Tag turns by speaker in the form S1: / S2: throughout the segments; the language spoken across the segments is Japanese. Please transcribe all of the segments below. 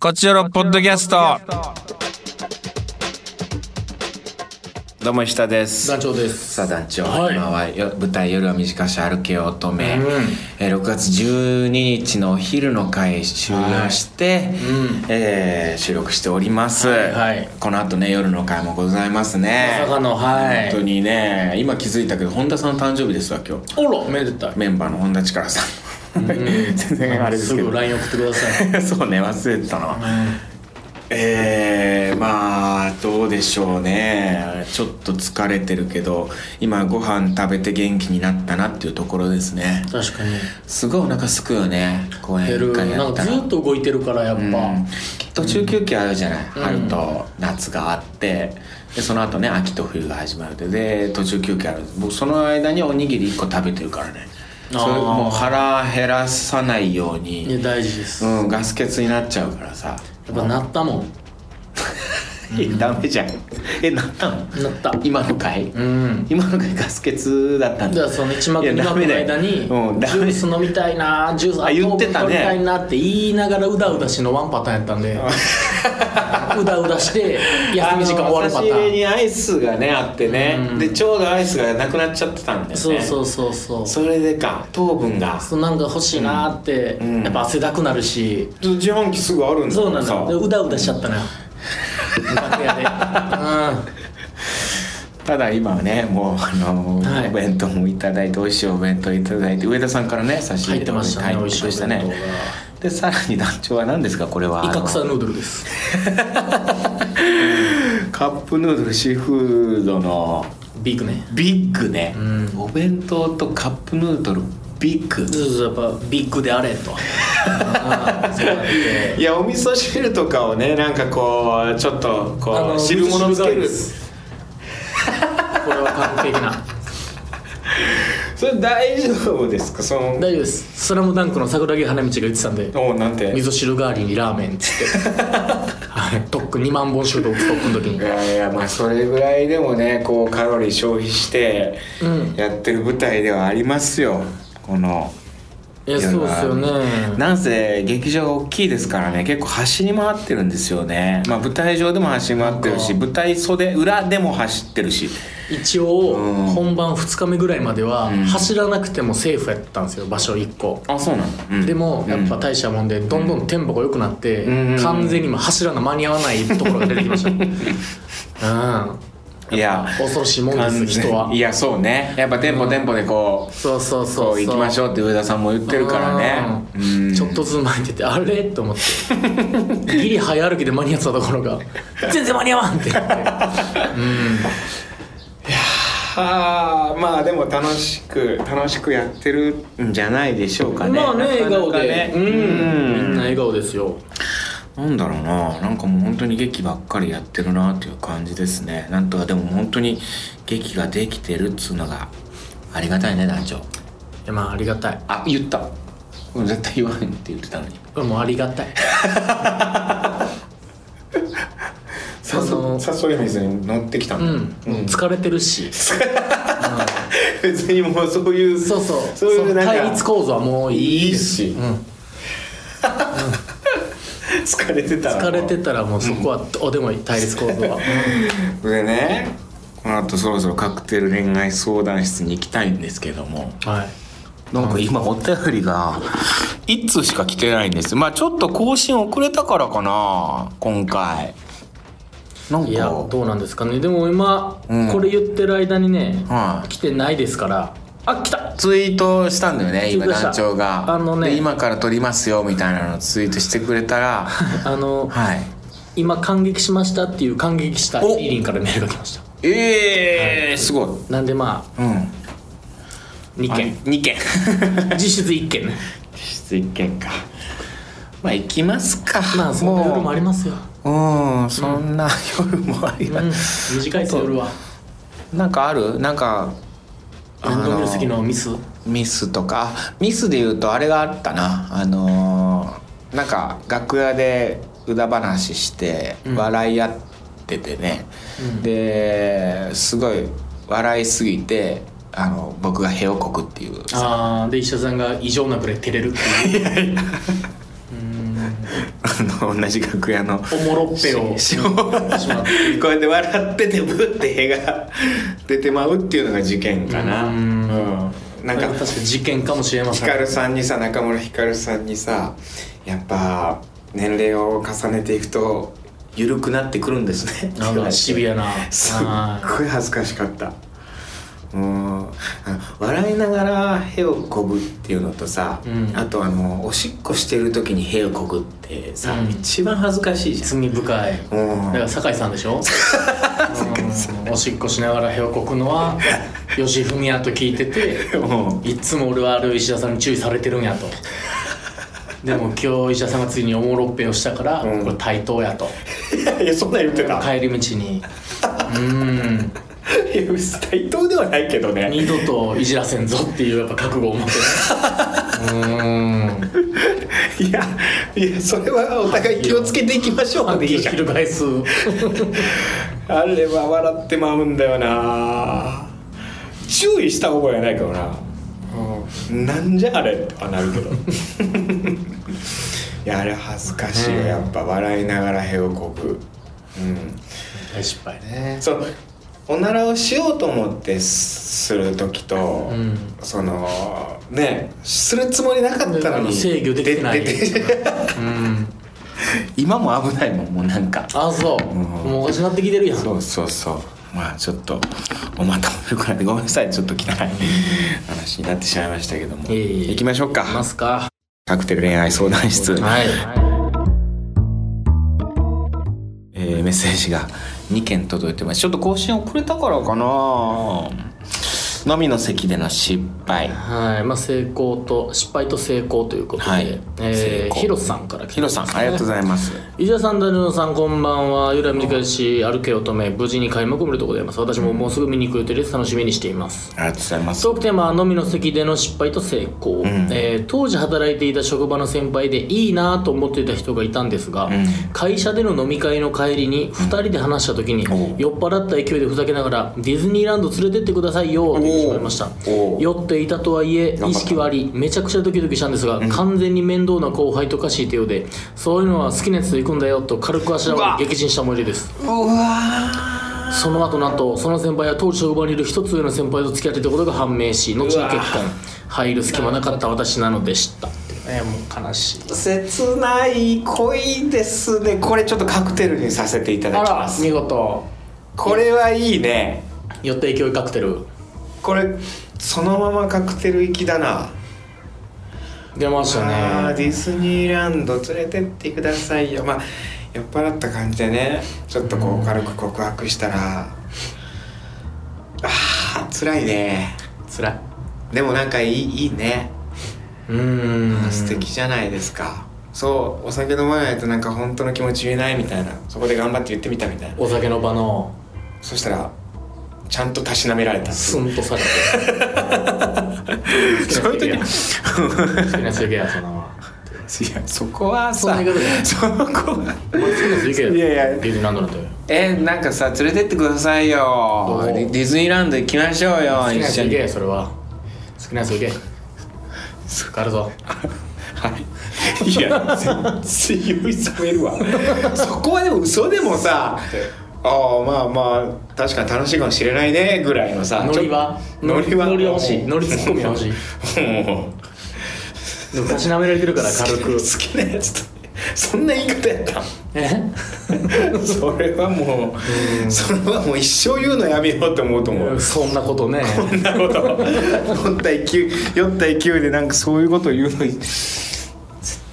S1: こちらのポッドキャスト。
S2: どうも石田です
S3: 団長です
S2: さあ団長、
S3: はい
S2: 今はよ舞台「夜は短し歩けよ乙女」
S3: うん
S2: えー6月12日のお昼の回終了して、
S3: ん
S2: えー収録しております、
S3: はいはい
S2: このあとね夜の回もございますね
S3: まさかのはい
S2: 本当にね今気づいたけど本田さんの誕生日ですわ今日
S3: あらめでたい
S2: メンバーの本田力さん 全然あれです
S3: す
S2: けど
S3: ぐ LINE 送ってくださ い
S2: そうね忘れてたな、えー、まあどうでしょうねちょっと疲れてるけど今ご飯食べて元気になったなっていうところですね
S3: 確かに
S2: すごいお腹すくよね公演
S3: 減る
S2: 一回
S3: な
S2: や
S3: ん
S2: っ
S3: か
S2: たら
S3: ずっと動いてるからやっぱ、
S2: うん途中休憩あるじゃない、春と夏があってでその後ね秋と冬が始まるでで途中休憩ある僕その間におにぎり1個食べてるからねそ
S3: あー
S2: れもう腹減らさないよう
S3: いや
S2: に、
S3: 大事です、
S2: うん、ガス欠になっちゃうからさ
S3: やっぱなったもん
S2: え ダメじゃんえなったの
S3: なった
S2: 今の回、
S3: うん
S2: 今の回ガス欠だったん
S3: じゃ
S2: だ
S3: あその1幕
S2: い
S3: 2
S2: やダ
S3: 幕
S2: メ
S3: の
S2: だよ
S3: 間にジ
S2: う
S3: ュ
S2: んダメ
S3: ース飲みたいなジュース
S2: あ言ってたね
S3: 後飲みたいなって言いながらうだうだしのワンパターンやったんで うだうだして休み時間終わるパタ
S2: あの差し入れ
S3: ーン
S2: にアイスがねあってね、
S3: うん
S2: でちょうどアイスがなくなっちゃってたんだよね
S3: そうそうそうそう
S2: それでか糖分が
S3: そうなんか欲しいなーって、
S2: うん
S3: やっぱ汗だくなるし、
S2: 自販機すぐあるんだ
S3: そうなん
S2: さ
S3: だでうだうだしちゃったのよ楽屋で
S2: ただ今はねもうあの、
S3: はい
S2: お弁当もいただいて美味しいお弁当いただいて上田さんからね差し入
S3: うん入っ
S2: れ
S3: て
S2: を
S3: ましたね美
S2: 入っ
S3: 味
S2: て
S3: し
S2: まし
S3: いお
S2: た
S3: 弁
S2: ねでさらに団長は何ですかこれは
S3: 当がイカ
S2: あ
S3: 草
S2: の
S3: ヌードルです
S2: カップヌードルシーフードの
S3: ビッグね
S2: ビッグね、
S3: う
S2: お弁当とカップヌードルビッグ
S3: そうそうやっぱビッグであれとあーそうやって
S2: いやお味噌汁とかをねなんかこうちょっとこう、
S3: あの
S2: 汁物つけ
S3: 汁代わり
S2: る
S3: ですこれは完璧な
S2: それ大丈夫ですかその
S3: 大丈夫です「スラムダンクの桜木花道が言ってたんで
S2: おなんて
S3: 味噌汁代わりにラーメンっつって、はい、とっく2万本シュート打つとっくの時に
S2: いやいやまあそれぐらいでもねこうカロリー消費して
S3: うん
S2: やってる舞台ではありますよこの
S3: いやそうですよね
S2: なんせ劇場が大きいですからね結構走り回ってるんですよねまあ舞台上でも走り回ってるし
S3: なん
S2: 舞台袖裏でも走ってるし
S3: 一応
S2: うん
S3: 本番2日目ぐらいまでは
S2: ん
S3: 走らなくてもセーフやったんですよ場所1個
S2: あそうなんだ、うん
S3: でもやっぱ大したもんでどんどんテンポが良くなって
S2: うん
S3: 完全に今走らな間に合わないところが出てきました うん
S2: いや
S3: 恐ろしいもんで
S2: 完
S3: す
S2: 全
S3: 人はい
S2: やそうねやっぱ店舗店舗でこう
S3: そうそうそう
S2: こ
S3: そう
S2: う行きましょうって上田さんも言ってるからね
S3: う
S2: うんん
S3: ちょっとずつ前に出てあれと思っ てギリ早歩きで間に合ってたところが全然間に合わんってなって
S2: はあまあでも楽しく楽しくやってるんじゃないでしょうかね
S3: まあ
S2: な
S3: ね
S2: かなか
S3: 笑顔で、
S2: ね
S3: う
S2: うん
S3: みん
S2: ん
S3: な笑顔ですよ
S2: なんだろうななんかもう本当に劇ばっかりやってるなっていう感じですねなんとかでも本当に劇ができてるっつうのがありがたいね団長
S3: いやまあありがたい
S2: あ言った絶対言わへんって言ってたのに
S3: これもうありがたいあの
S2: 誘い水に乗ってきた
S3: うん、もう疲れてるし、
S2: 別にもうそういう
S3: そうそう
S2: そういう
S3: の
S2: なんか
S3: 対立構造はもういいです
S2: し
S3: うん、
S2: 疲れてた
S3: 疲れてたらもうそこはどうでもいい対立構造は、
S2: でねこの後そろそろカクテル恋愛相談室に行きたいんですけども
S3: はい
S2: なんか今お便りが1通しか来てないんですまあちょっと更新遅れたからかな今回なんか
S3: いやどうなんですかねでも今、
S2: うん
S3: これ言ってる間にね、
S2: はい
S3: 来てないですからあ来た
S2: ツイートしたんだよね今
S3: ツイートした
S2: 団長が
S3: あのね
S2: で今から撮りますよみたいなのをツイートしてくれた ら
S3: あの
S2: はい
S3: 今感激しましたっていう感激した
S2: お
S3: リリンからメールが来ました
S2: ええすごい
S3: なんでまあ
S2: うん
S3: 2件
S2: 2件
S3: 実質1件ね
S2: 実1件かまあ行きますか
S3: まあそんな夜もありますよ、
S2: うん、そんな夜もあり
S3: う
S2: ま
S3: ん、
S2: す、
S3: 短いです夜は
S2: なんかあるなんか
S3: ランドミル席のミス
S2: ミスとかあミスで言うとあれがあったなあのーなんか楽屋でうだ話して
S3: うん
S2: 笑い合っててね、
S3: うん
S2: ですごい笑いすぎてあの僕が「へをこく」っていう
S3: ああで石田さんが異常なくらい照れるっていう
S2: の同じ楽屋の
S3: おもろっぺを
S2: ししこうやって笑っててブッて屁が出てまうっていうのが事件かな
S3: うん
S2: うんなんか
S3: 確か事件かもしれま
S2: ヒ
S3: せん
S2: カルさんにさ中村ヒカルさんにさやっぱ年齢を重ねていくと緩くなってくるんですね
S3: なんかシビ
S2: ア
S3: アな
S2: すっ
S3: は
S2: ごい恥ずかしかったもうあの笑いながら屁をこぐっていうのとさ、
S3: うん
S2: あとあのおしっこしてる時に屁をこぐってさ、
S3: うん
S2: 一番恥ずかしい
S3: い
S2: じゃん
S3: 罪深い
S2: うん
S3: だから酒井さんでしょうんおしっこしながらへをこくのは吉文也と聞いてて
S2: うん
S3: いっつも俺はある石田さんに注意されてるんやとでも今日石田さんがついにおもろっぺをしたから、
S2: うん
S3: これ対等やと
S2: いやそんなん言ってた
S3: 帰り道にうん
S2: いや対等ではないけどね
S3: 二度といじらせんぞっていうやっぱ覚悟 を持ってるうん
S2: いやいやそれはお互い気をつけていきましょうでいいじゃん
S3: 翻す
S2: あれは笑ってまうんだよな注意した覚えはないからな、うん、なんじゃあれってはなるけどいやあれ恥ずかしいよ
S3: うん
S2: やっぱ笑いながらへをこくうん
S3: 大失敗ね
S2: そうおならをしようと思ってすする時と、
S3: うん
S2: そのねするつもりなかったのに
S3: 制御できてない
S2: でで
S3: うん
S2: 今も危ないもんもうなんか
S3: あそう、
S2: ん
S3: もうおかしなってきてるやん
S2: そうそうそうまあちょっとおまとめくらいでごめんなさいちょっと汚い話になってしまいましたけども
S3: いえいえ
S2: 行きましょうか
S3: ますか
S2: カクテル恋愛相談室、
S3: はい
S2: えーメッセージが2件届いてますちょっと更新遅れたからかなのみの席での失敗
S3: はいまあ成功と失敗と成功ということで、
S2: はい成
S3: えー、
S2: 功
S3: ヒロさんから来
S2: ヒ
S3: て
S2: ロ
S3: ま
S2: さん
S3: す
S2: ありがとうございます
S3: 伊沢さん、ダニエルさん、こんばんは。ゆら短いし、歩け乙女、無事に開幕おめでとうございます。私ももうすぐ見に行く予定です。楽しみにしています。
S2: ありがとうございます
S3: トークテーマはのみの席での失敗と成功、
S2: ん
S3: えー当時働いていた職場の先輩でいいなと思っていた人がいたんですが、
S2: ん
S3: 会社での飲み会の帰りに2人で話した時に、
S2: おう
S3: 酔っ払った勢いでふざけながら「ディズニーランド連れてってくださいよ」と言ってしまいました
S2: おう
S3: 酔っていたとはい
S2: 張
S3: え
S2: った
S3: 意識はありめちゃくちゃドキドキしたんですが、完全に面倒な後輩とかしいてようでそういうのは好きなやつと行くんだよと軽くあしらわれ激震した思い出です
S2: うわ
S3: その後なんとその先輩は当時職場にいる一つ上の先輩と付き合っていたことが判明し後に結婚入る隙間なかった私なのでしたえもう悲しい
S2: 切ない恋ですねこれちょっとカクテルにさせていただ
S3: あ
S2: き
S3: ら
S2: ます
S3: 見事
S2: これはいいね
S3: 寄って勢いカクテル
S2: これそのままカクテル行きだな
S3: 出ました
S2: あー
S3: ね
S2: ディズニーランド連れてってくださいよまあ酔っ払った感じでねちょっとこう軽く告白したらあー辛いね
S3: つらい
S2: でもなんかいいいいね
S3: うーん
S2: 素敵じゃないですか、そうお酒飲まないとなんか本当の気持ち言えないみたいなそこで頑張って言ってみたみたいな
S3: お酒の場の
S2: そしたらちゃんとたしなめられた
S3: スンとされて
S2: そういう時
S3: 好きなやつ行けやそんなもん
S2: いやそこは
S3: そんな
S2: さ
S3: 言い方じゃない
S2: そこは
S3: お前好きなやつ行けよ
S2: いやいや
S3: ディズニーランドなんて
S2: えなんかさ連れてってくださいよ
S3: どう
S2: ディディズニーランド行きましょうよ
S3: 好きなや
S2: 一
S3: つ
S2: 緒
S3: 行
S2: に
S3: けそれは好きなやつ行け変わるぞ
S2: はいいや全然酔い覚めるわそこはでも嘘でもさああまあまあ確かに楽しいかもしれないねぐらいのさ
S3: ノリは
S2: ちょノリは
S3: ノリは欲しいノリツッコミは欲しい
S2: も
S3: でもたしなめられてるから軽
S2: う
S3: く
S2: 好きなやつとそんな言い方やったん
S3: え
S2: それはもうそれはもう一生言うのやめようと思うと思う
S3: そんなことね
S2: そんなこと酔った勢い酔った勢いでなんかそういうこと言うのに絶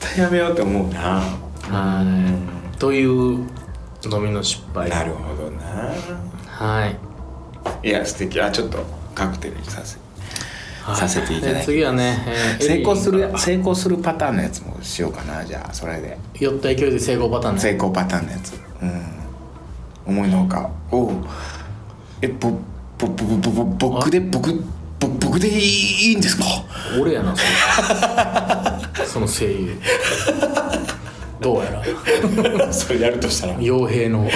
S2: 対やめようと思うな
S3: はいという飲みの失敗
S2: なるほどな
S3: はい
S2: いや素敵あちょっとカクテルにさせ
S3: はい
S2: させていただいて
S3: で次はね、えー
S2: 成功す
S3: エリ
S2: る
S3: ーから
S2: 成功するパターンのやつもしようかなじゃあそれで
S3: 酔った勢いで成功パターンね
S2: 成功パターンのやつうん思いのほかおうえぼぼぼぼぼぼ僕で僕ぼ僕でいいんですか
S3: 俺やなそれその声優どうや ら
S2: それやると したら
S3: 傭兵の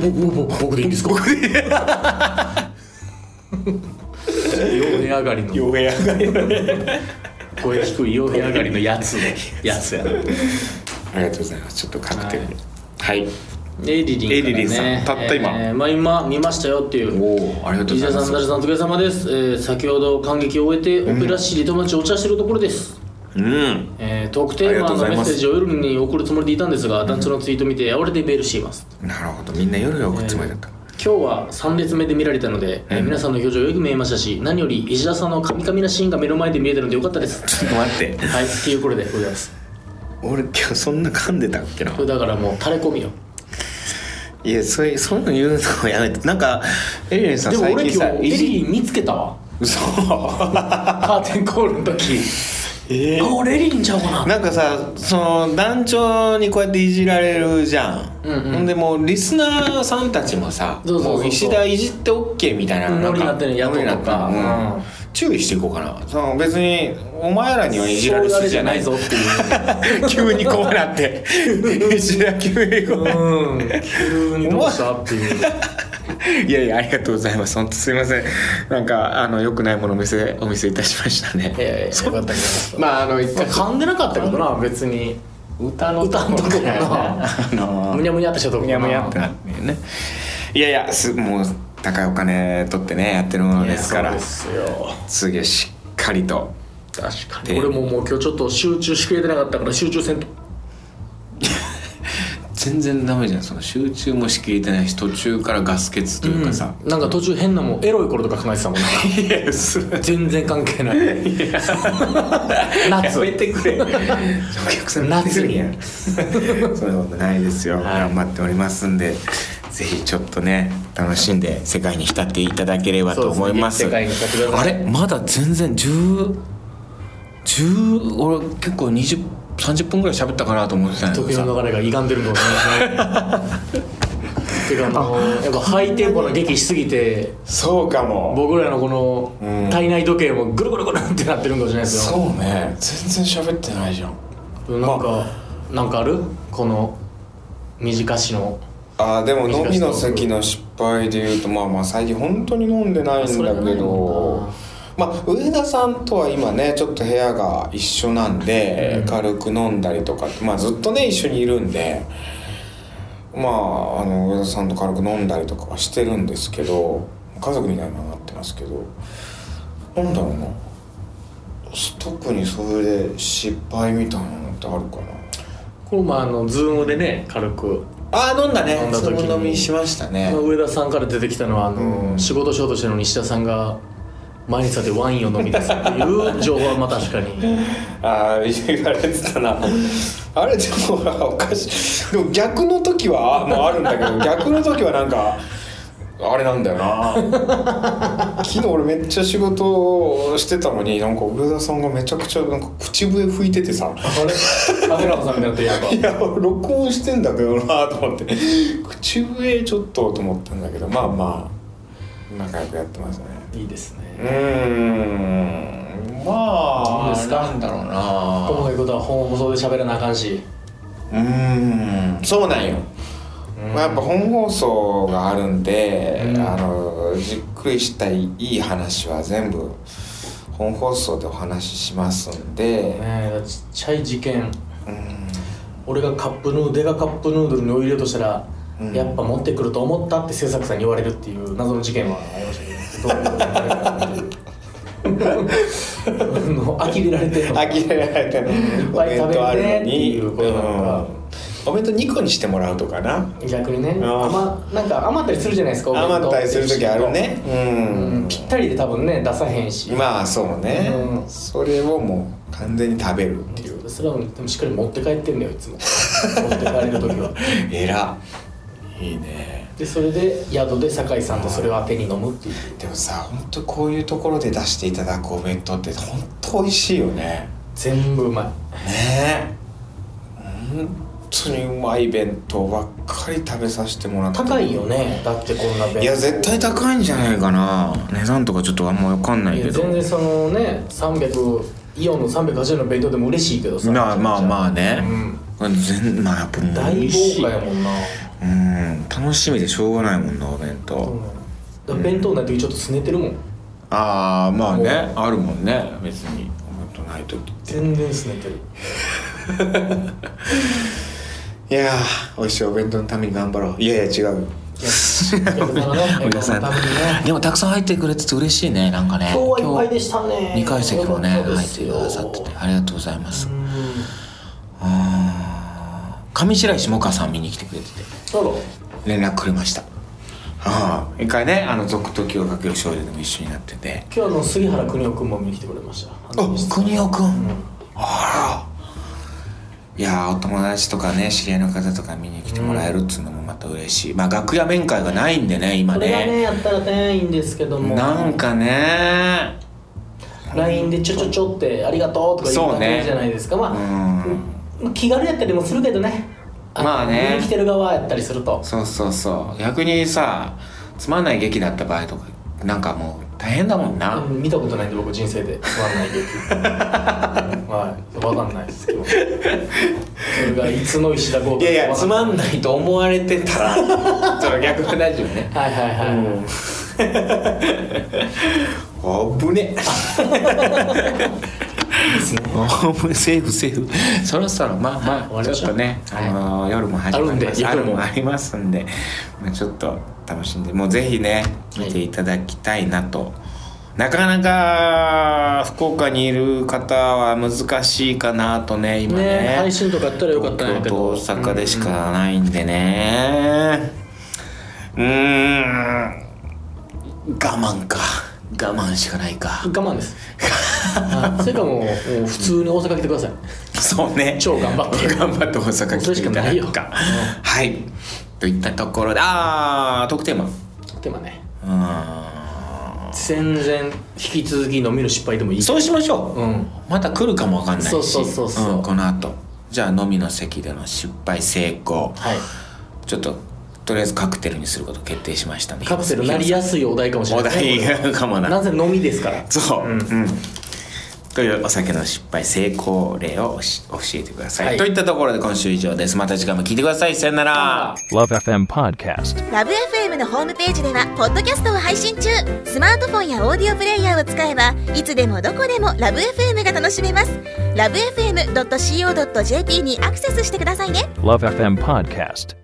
S3: ぼぼ僕でいいんですか
S2: 僕で
S3: 傭兵上がりの
S2: 傭兵上がりのね
S3: 声低い傭兵上がりのやつのやつやな
S2: ありがとうございますちょっとカクテルはい、
S3: エイリリンから、ね、
S2: エイリリンさんたった今
S3: えーまあ、今見ましたよっていう
S2: おおありがとう
S3: 飯
S2: ござ
S3: 田
S2: いま
S3: さん、成
S2: す
S3: 田さん、お疲れ様です、えー先ほど感激を終えて、オペラシリトマチお茶してるところです、
S2: うん
S3: えートークテー
S2: ありが
S3: マのメ
S2: とうござい
S3: ッ
S2: ます
S3: セージを夜に送るつもりでいたんですが団長のツイート見て哀れでメールしています
S2: なるほどみんな夜が送っつもりだった、
S3: 今日は3列目で見られたので、えー皆さんの表情よく見えましたし何より石田さんのカミカミなシーンが目の前で見えたのでよかったです
S2: ちょっと待って
S3: はいっていうこれでございます
S2: 俺今日そんな噛んでたっけな
S3: これだからもう垂れ込みよ
S2: いやそういうそういうの言うのやめてなんかエリアンさん
S3: でも
S2: 最
S3: 俺
S2: 近
S3: 今
S2: さ
S3: 日エリリン見つけたわ
S2: 嘘
S3: カーテンコールの時
S2: え
S3: あ俺エリリンちゃうかな
S2: なんかさその団長にこうやっていじられるじゃん、
S3: うんうん
S2: ほでもうリスナーさんたちもさ
S3: そうそうそうそう
S2: も石田いじって OK みたいな
S3: ノ
S2: ん
S3: リになってる野党
S2: ノ
S3: とか
S2: リになってるうん
S3: うん
S2: 注意していこうかなその別にお前らにはいじられるじゃない
S3: そう
S2: ぞ
S3: うあれじゃないぞ
S2: 急にこうなって石田急にこうなって
S3: うん急にどうしたっていう
S2: いやいやありがとうございます本当すいませんなんかあの良くないものお見せお見せいたしましたね
S3: いやいやよかったけど
S2: まああの一回
S3: 噛んでなかったけどな別に
S2: 歌の
S3: 歌のとこもな
S2: あの
S3: むにゃむにゃってしたとこ
S2: むにゃむにゃってなってねいやいやすもう高いお金取ってねやってるものですか
S3: い
S2: ら
S3: やそうですよ
S2: すげえしっかりと
S3: 確か
S2: で
S3: に俺ももう今日ちょっと集中しきれてなかったから集中せんと
S2: 全然ダメじゃんその集中もしきれてないし途中からガス欠というかさ、
S3: なんか途中変なもんエロい頃とか考えてたもんな
S2: いやす
S3: 全然関係ない
S2: や
S3: 夏
S2: めてくれ お客さん見てるやんそんなことないですよ、頑張っておりますんでぜひちょっとね楽しんで世界に浸っていただければと思います
S3: そうですね世界に浸ってくだ
S2: あ
S3: さい
S2: れまだ全然1010俺結構20 30分ぐらい喋ったかなと思ってたんだけど
S3: 時
S2: さ
S3: の流れが歪んでるのかもしれないですねてかあのやっぱハイテンポな劇しすぎて
S2: そうかも
S3: 僕らのこの体内時計もぐるぐるぐるってなってるんかもしれないですよ
S2: うね全然喋ってないじゃん
S3: なんかなんかあるこの短しの
S2: あーでも
S3: 難しい
S2: 飲みの席の失敗でいうとまあまあ最近本当に飲んでないんだ
S3: それ
S2: け
S3: がない
S2: ど
S3: の
S2: まあ上田さんとは今ねちょっと部屋が一緒なんで、軽く飲んだりとかってまあずっとね一緒にいるんでまああの上田さんと軽く飲んだりとかはしてるんですけど家族みたいにはなってますけどなんだろうな特にそれで失敗みたいなのってあるかな
S3: この前あのズームでね軽く、
S2: ああ飲んだね
S3: 飲んだ時に
S2: その飲みしましたね
S3: まあ上田さんから出てきたのはあの、
S2: うん
S3: 仕事しようとしてるのに石田さんが毎日だってワインを飲み出すっていう情報はまあ確かに
S2: ああ言われてたなあれでもほらおかしいでも逆の時はもうあるんだけ ど逆の時はなんかあれなんだよな昨日俺めっちゃ仕事をしてたのになんか上田さんがめちゃくちゃなんか口笛吹いててさ
S3: あれカメラさんになってやっぱ
S2: いや俺録音してんだけどなと思って口笛ちょっとと思ったんだけどまあまあ仲良くやってますね
S3: いいです
S2: う
S3: ね
S2: ーんま
S3: どう
S2: あ
S3: ですか
S2: なんだろうな
S3: 今回ことは本放送で喋らなあかんし
S2: うーんそうなんよ、まあ、やっぱ本放送があるんで、
S3: うん
S2: あのじっくりしたいいい話は全部本放送でお話ししますんで、
S3: ねえちっちゃい事
S2: う
S3: 件
S2: ん
S3: 俺がカップヌードル出がカップヌードルにお入れようとしたら、
S2: うん
S3: やっぱ持ってくると思ったって制作さんに言われるっていう謎の事件はありましたけどどういうこと になるかっていうもう呆れられてるの
S2: 飽きられて
S3: っぱい食べてっていうことなのか
S2: お弁当2個にしてもらうとかな
S3: 逆にね
S2: ん
S3: 余なんか余ったりするじゃないですかお弁当
S2: 余ったりする時あるね
S3: う
S2: うん
S3: んぴったりで多分ね出さへんし、
S2: まあそうね、
S3: うん
S2: それをもう完全に食べるっていう
S3: それはでもしっかり持って帰ってんだよいつも持って帰れる時 は
S2: 偉いいいね
S3: でそれで宿で酒井さんとそれを当てに飲むっていう
S2: でもさ本当こういうところで出していただくお弁当って本当美味しいよね
S3: 全部うまい
S2: ねえ本当にうまい弁当ばっかり食べさせてもらって
S3: 高いよねだってこんな弁当
S2: いや絶対高いんじゃないかな値段とかちょっとあんま分かんない
S3: い
S2: け
S3: や
S2: ど
S3: 全然そのね300イオンの380円の弁当でも嬉しいけどさ
S2: まあまあまあね
S3: うん、
S2: 全まあやっぱもう
S3: 大豪華やもん
S2: う
S3: な、
S2: ん楽しみでしょうがないもんなお弁当、
S3: うん、だから弁当ない時ちょっとすねてるもん
S2: ああまあねあるもんね別にお弁当ない時
S3: 全然すねてる
S2: いやー美味しいお弁当のために頑張ろういやいや違うよ
S3: お
S1: お客さんでもたくさん入ってくれてて嬉しいねなんかね
S3: 今日はいっぱいでしたね
S1: 2階席もね
S3: よかっ
S1: 入
S3: たで
S1: って
S3: す
S1: く
S3: よ
S1: ださっててありがとうございますあー上白石萌歌さん見に来てくれてて
S2: 連絡くれましたああ一回ねあの「続ときをかける少女」でも一緒になってて
S3: 今日あの杉原邦夫君も見に来てくれましたあの
S1: 国尾くん
S2: あらいやーお友達とかね知り合いの方とか見に来てもらえるっつうのもまた嬉しいまあ楽屋面会がないんでね今
S3: これがね
S2: ね
S3: やったらねいいんですけども
S2: なんかね
S3: LINE でちょちょちょって「ありがとう」とか言
S2: そ
S3: う
S2: う
S3: だ
S2: ね
S3: けじゃないですか、まあ
S2: うん
S3: まあ気軽やったりもするけどねの
S2: まあね
S3: 見に来てる側やったりすると
S2: そうそうそう逆にさつまんない劇だった場合とかなんかもう大変だもんな、
S3: うん見たことないんで僕人生でつまん ない劇はい分かんないですけどそれがいつの石田豪華
S2: いやいやつ
S3: ん
S2: まんないと思われてた らその逆の大丈夫ね
S3: はいはいはい、
S2: あぶね
S3: ですね
S2: あぶね セーフセーフそろそろまあまあ、
S3: 終わ
S2: ち
S3: り
S2: ょっ
S3: ましょう
S2: とね、
S3: はい
S2: あの夜も始まります
S3: あるんで夜も
S2: ありますんで、まあ、ちょっと楽しんでもうぜひね見ていただきたいなと、なかなか福岡にいる方は難しいかなとね今ね
S3: ね配信とかやったらよかったんやけど
S2: 東京と大阪でしかないんでねうーん我慢か我慢しかないか
S3: 我慢です、はいそれかもうもう普通に大阪来てください
S2: そうね
S3: 超頑張って
S2: 頑張って大阪来ていただくか
S3: それしかないよ
S2: はいといったところであー特テーマう
S3: でもね
S2: ー
S3: 全然引き続き飲みの失敗でもいい
S2: んそうしましょう、
S3: うん
S2: また来るかもわかんないし
S3: そうそうそうそうん
S2: この後じゃあ飲みの席での失敗成功
S3: はい
S2: ちょっととりあえずカクテルにすること決定しましたんで
S3: カプセルなりやすいお題かもしれ
S2: お
S3: ないですね
S2: 題がかも
S3: な
S2: な
S3: ぜ飲みですから
S2: そう、
S3: うん
S2: うんというお酒の失敗成功例を教えてください、
S3: はい
S2: といったところで今週以上ですまた次回も聞いてくださいさよなら
S4: Love FM Podcast.
S5: ラブ f m のホームページではポッドキャストを配信中スマートフォンやオーディオプレイヤーを使えばいつでもどこでもラブ f m が楽しめますラブ FM.co.jp にアクセスしてくださいね
S4: Love FM Podcast.